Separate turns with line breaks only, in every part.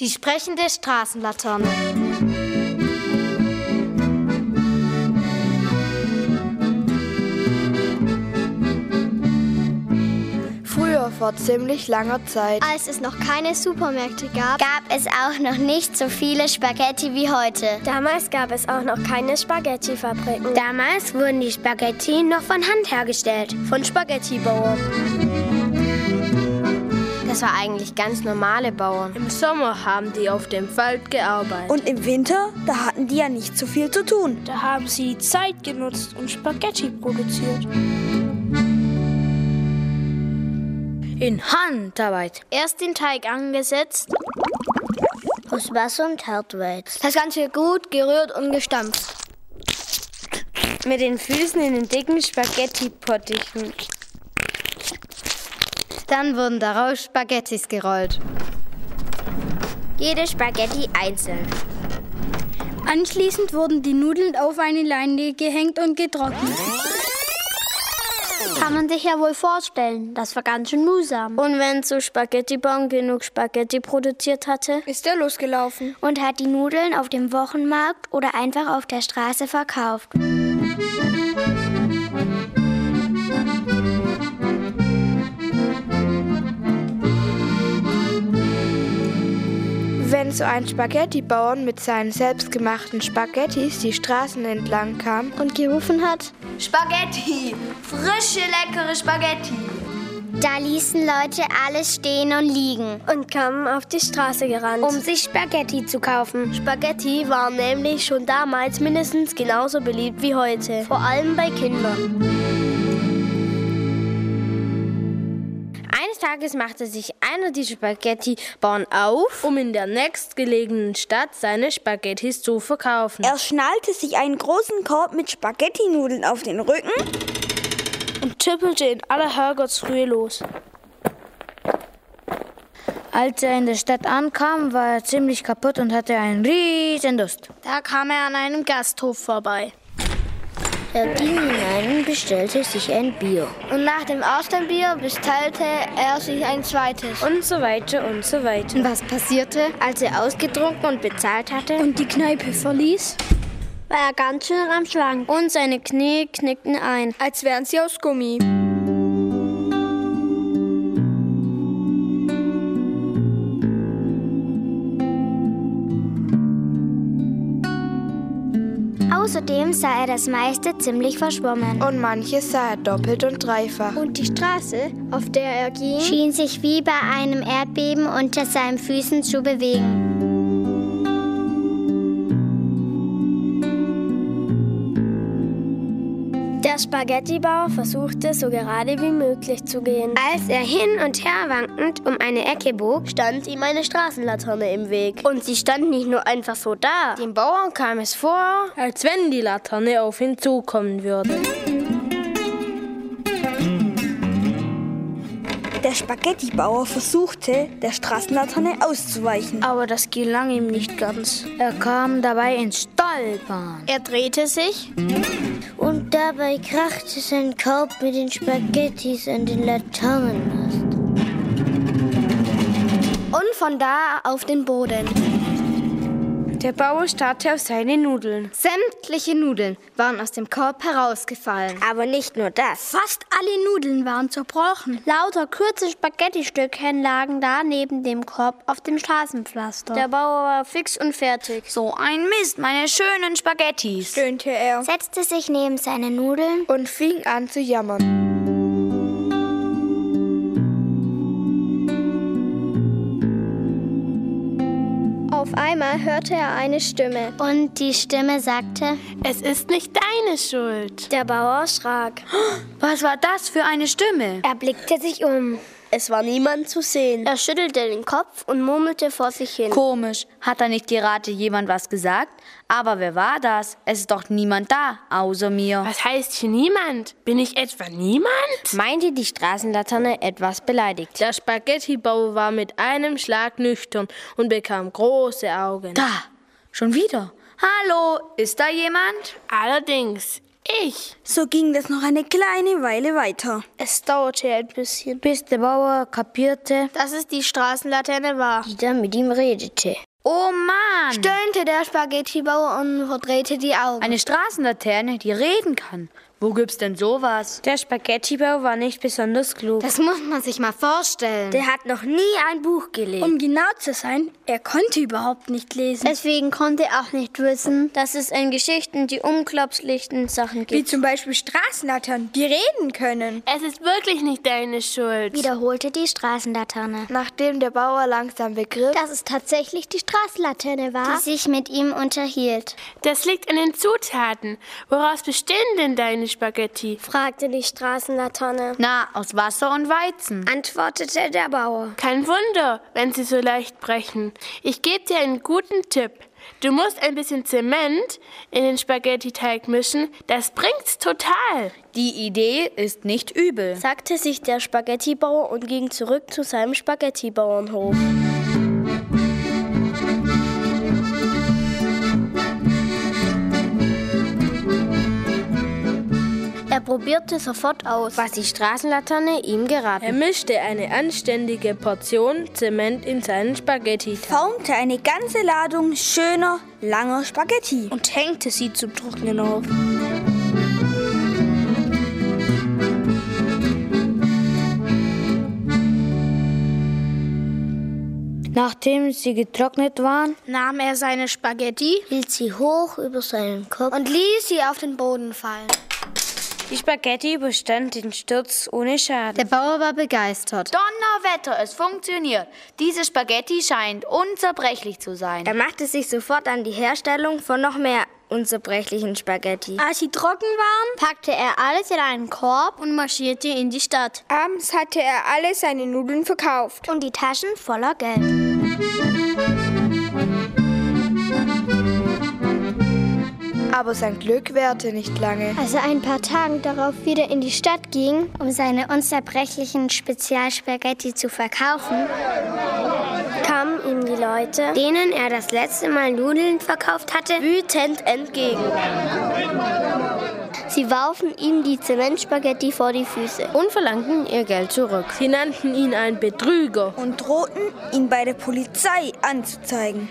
Die sprechende Straßenlaterne.
Früher, vor ziemlich langer Zeit,
Als es noch keine Supermärkte gab,
gab es auch noch nicht so viele Spaghetti wie heute.
Damals gab es auch noch keine Spaghettifabriken.
Damals wurden die Spaghetti noch von Hand hergestellt, von Spaghettibauern.
Das war eigentlich ganz normale Bauern.
Im Sommer haben die auf dem Feld gearbeitet.
Und im Winter, da hatten die ja nicht so viel zu tun.
Da haben sie die Zeit genutzt und Spaghetti produziert.
In Handarbeit.
Erst den Teig angesetzt.
Aus Wasser und Hartweiz.
Das Ganze gut gerührt und gestampft.
Mit den Füßen in den dicken Spaghetti-Pottichen.
Dann wurden daraus Spaghettis gerollt.
Jede Spaghetti einzeln.
Anschließend wurden die Nudeln auf eine Leine gehängt und getrocknet.
Kann man sich ja wohl vorstellen, das war ganz schön mühsam.
Und wenn so Spaghetti-Bon genug Spaghetti produziert hatte,
ist er losgelaufen
und hat die Nudeln auf dem Wochenmarkt oder einfach auf der Straße verkauft.
Wenn so ein Spaghetti-Bauern mit seinen selbstgemachten Spaghettis die Straßen entlang kam
und gerufen hat:
Spaghetti! Frische, leckere Spaghetti!
Da ließen Leute alles stehen und liegen
und kamen auf die Straße gerannt,
um sich Spaghetti zu kaufen.
Spaghetti waren nämlich schon damals mindestens genauso beliebt wie heute, vor allem bei Kindern.
Eines Tages machte sich einer dieser Spaghetti-Bauern auf, um in der nächstgelegenen Stadt seine Spaghettis zu verkaufen.
Er schnallte sich einen großen Korb mit Spaghetti-Nudeln auf den Rücken
und tippelte in aller Herrgottsfrühe los.
Als er in der Stadt ankam, war er ziemlich kaputt und hatte einen riesen Durst.
Da kam er an einem Gasthof vorbei.
Er ging hinein und bestellte sich ein Bier.
Und nach dem ersten Bier bestellte er sich ein zweites.
Und so weiter und so weiter.
Und was passierte,
als er ausgetrunken und bezahlt hatte
und die Kneipe verließ?
War er ganz schön am Schwank
und seine Knie knickten ein,
als wären sie aus Gummi.
Außerdem sah er das meiste ziemlich verschwommen.
Und manches sah er doppelt und dreifach.
Und die Straße, auf der er ging,
schien sich wie bei einem Erdbeben unter seinen Füßen zu bewegen.
Der Spaghettibauer versuchte, so gerade wie möglich zu gehen.
Als er hin und her wankend um eine Ecke bog, stand ihm eine Straßenlaterne im Weg. Und sie stand nicht nur einfach so da.
Dem Bauern kam es vor, als wenn die Laterne auf ihn zukommen würde.
Der Spaghettibauer versuchte, der Straßenlaterne auszuweichen.
Aber das gelang ihm nicht ganz. Er kam dabei ins Stolpern.
Er drehte sich.
Und dabei krachte sein Korb mit den Spaghettis an den Laternenmast.
Und von da auf den Boden.
Der Bauer starrte auf seine Nudeln.
Sämtliche Nudeln waren aus dem Korb herausgefallen.
Aber nicht nur das.
Fast alle Nudeln waren zerbrochen.
Lauter kurze Spaghetti-Stückchen lagen da neben dem Korb auf dem Straßenpflaster.
Der Bauer war fix und fertig.
So ein Mist, meine schönen Spaghettis,
stöhnte er,
setzte sich neben seine Nudeln
und fing an zu jammern.
Auf einmal hörte er eine Stimme.
Und die Stimme sagte,
es ist nicht deine Schuld.
Der Bauer schrak.
Was war das für eine Stimme?
Er blickte sich um.
Es war niemand zu sehen.
Er schüttelte den Kopf und murmelte vor sich hin.
Komisch, hat da nicht gerade jemand was gesagt? Aber wer war das? Es ist doch niemand da, außer mir.
Was heißt hier niemand? Bin ich etwa niemand?
Meinte die Straßenlaterne etwas beleidigt.
Der Spaghettibau war mit einem Schlag nüchtern und bekam große Augen.
Da, schon wieder. Hallo, ist da jemand?
Allerdings, ich.
So ging das noch eine kleine Weile weiter.
Es dauerte ein bisschen,
bis der Bauer kapierte,
dass es die Straßenlaterne war,
die da mit ihm redete.
Oh Mann!
Stöhnte der Spaghettibauer und verdrehte die Augen.
Eine Straßenlaterne, die reden kann. Wo gibt's denn sowas?
Der Spaghettibau war nicht besonders klug.
Das muss man sich mal vorstellen.
Der hat noch nie ein Buch gelesen.
Um genau zu sein, er konnte überhaupt nicht lesen.
Deswegen konnte er auch nicht wissen,
dass es in Geschichten die unglaublichen Sachen gibt.
Wie zum Beispiel Straßenlaternen, die reden können.
Es ist wirklich nicht deine Schuld.
Wiederholte die Straßenlaterne.
Nachdem der Bauer langsam begriff,
dass es tatsächlich die Straßenlaterne war, die sich mit ihm unterhielt.
Das liegt an den Zutaten. Woraus bestehen denn deine Spaghetti?
fragte die Straßenlaterne.
Na, aus Wasser und Weizen,
antwortete der Bauer.
Kein Wunder, wenn sie so leicht brechen. Ich gebe dir einen guten Tipp. Du musst ein bisschen Zement in den Spaghetti-Teig mischen. Das bringt's total.
Die Idee ist nicht übel,
sagte sich der Spaghettibauer und ging zurück zu seinem Spaghettibauernhof.
Er probierte sofort aus,
was die Straßenlaterne ihm geraten.
Er mischte eine anständige Portion Zement in seinen Spaghetti.
Formte eine ganze Ladung schöner, langer Spaghetti.
Und hängte sie zum Trocknen auf.
Nachdem sie getrocknet waren,
nahm er seine Spaghetti,
hielt sie hoch über seinen Kopf
und ließ sie auf den Boden fallen.
Die Spaghetti überstand den Sturz ohne Schaden.
Der Bauer war begeistert.
Donnerwetter, es funktioniert. Diese Spaghetti scheint unzerbrechlich zu sein.
Er machte sich sofort an die Herstellung von noch mehr unzerbrechlichen Spaghetti.
Als sie trocken waren,
packte er alles in einen Korb und marschierte in die Stadt.
Abends hatte er alle seine Nudeln verkauft
und die Taschen voller Geld.
Aber sein Glück währte nicht lange.
Als er ein paar Tagen darauf wieder in die Stadt ging, um seine unzerbrechlichen Spezialspaghetti zu verkaufen,
kamen ihm die Leute,
denen er das letzte Mal Nudeln verkauft hatte,
wütend entgegen.
Sie warfen ihm die Zementspaghetti vor die Füße
und verlangten ihr Geld zurück.
Sie nannten ihn einen Betrüger
und drohten, ihn bei der Polizei anzuzeigen.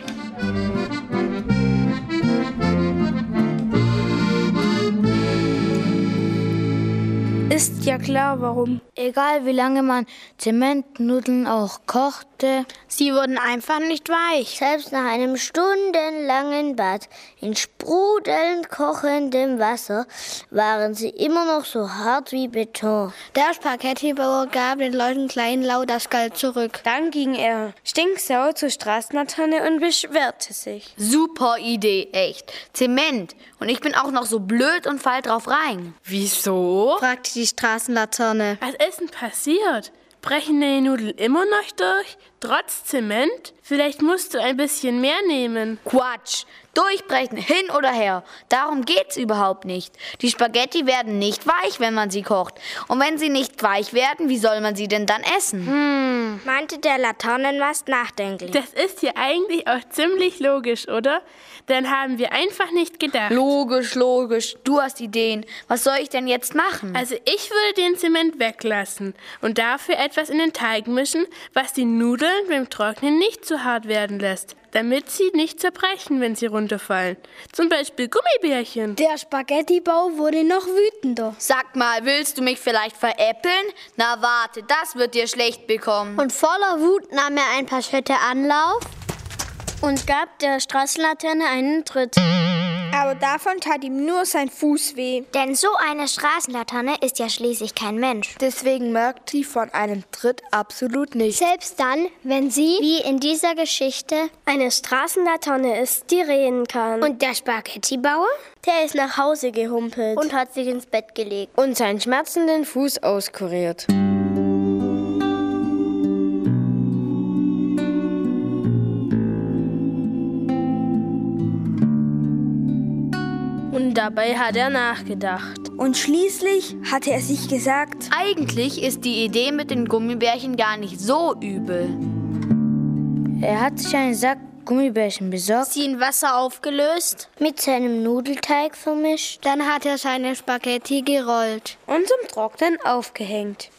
Ist ja klar, warum.
Egal wie lange man Zementnudeln auch kochte,
sie wurden einfach nicht weich.
Selbst nach einem stundenlangen Bad in sprudelnd kochendem Wasser waren sie immer noch so hart wie Beton.
Der Spaghettibauer gab den Leuten kleinlau das Geld zurück.
Dann ging er stinksauer zur Straßenlaterne und beschwerte sich.
Super Idee, echt. Zement. Und ich bin auch noch so blöd und fall drauf rein.
Wieso?
fragte die Straßenlaterne.
Was ist denn passiert? Brechen die Nudeln immer noch durch? Trotz Zement? Vielleicht musst du ein bisschen mehr nehmen.
Quatsch! Durchbrechen, hin oder her. Darum geht's überhaupt nicht. Die Spaghetti werden nicht weich, wenn man sie kocht. Und wenn sie nicht weich werden, wie soll man sie denn dann essen?
Hm, meinte der Laternenmast nachdenklich.
Das ist ja eigentlich auch ziemlich logisch, oder? Dann haben wir einfach nicht gedacht.
Logisch, logisch. Du hast Ideen. Was soll ich denn jetzt machen?
Also ich würde den Zement weglassen und dafür etwas in den Teig mischen, was die Nudeln beim Trocknen nicht zu hart werden lässt damit sie nicht zerbrechen, wenn sie runterfallen. Zum Beispiel Gummibärchen.
Der Spaghettibau wurde noch wütender.
Sag mal, willst du mich vielleicht veräppeln? Na warte, das wird dir schlecht bekommen.
Und voller Wut nahm er ein paar Schritte Anlauf und gab der Straßenlaterne einen Tritt.
Aber davon tat ihm nur sein Fuß weh.
Denn so eine Straßenlaterne ist ja schließlich kein Mensch.
Deswegen merkt sie von einem Tritt absolut nichts.
Selbst dann, wenn sie, wie in dieser Geschichte,
eine Straßenlaterne ist, die reden kann.
Und der Spaghettibauer?
Der ist nach Hause gehumpelt
und hat sich ins Bett gelegt
und seinen schmerzenden Fuß auskuriert.
Und dabei hat er nachgedacht.
Und schließlich hatte er sich gesagt,
eigentlich ist die Idee mit den Gummibärchen gar nicht so übel.
Er hat sich einen Sack
Gummibärchen besorgt,
sie in Wasser aufgelöst,
mit seinem Nudelteig vermischt.
Dann hat er seine Spaghetti gerollt
und zum Trocknen aufgehängt.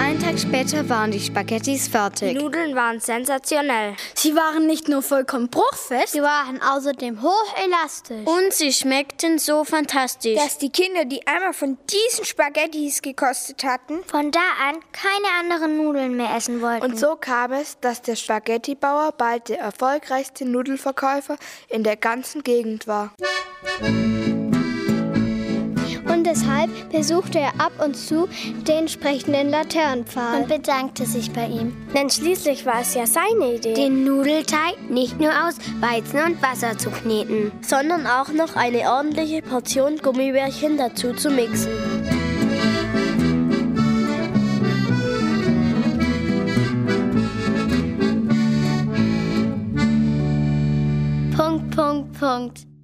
Einen Tag später waren die Spaghettis fertig.
Die Nudeln waren sensationell.
Sie waren nicht nur vollkommen bruchfest,
sie waren außerdem hochelastisch.
Und sie schmeckten so fantastisch,
dass die Kinder, die einmal von diesen Spaghettis gekostet hatten,
von da an keine anderen Nudeln mehr essen wollten.
Und so kam es, dass der Spaghettibauer bald der erfolgreichste Nudelverkäufer in der ganzen Gegend war.
Und deshalb besuchte er ab und zu den entsprechenden Laternenpfahl
und bedankte sich bei ihm.
Denn schließlich war es ja seine Idee,
den Nudelteig nicht nur aus Weizen und Wasser zu kneten,
sondern auch noch eine ordentliche Portion Gummibärchen dazu zu mixen.
Punkt, Punkt, Punkt.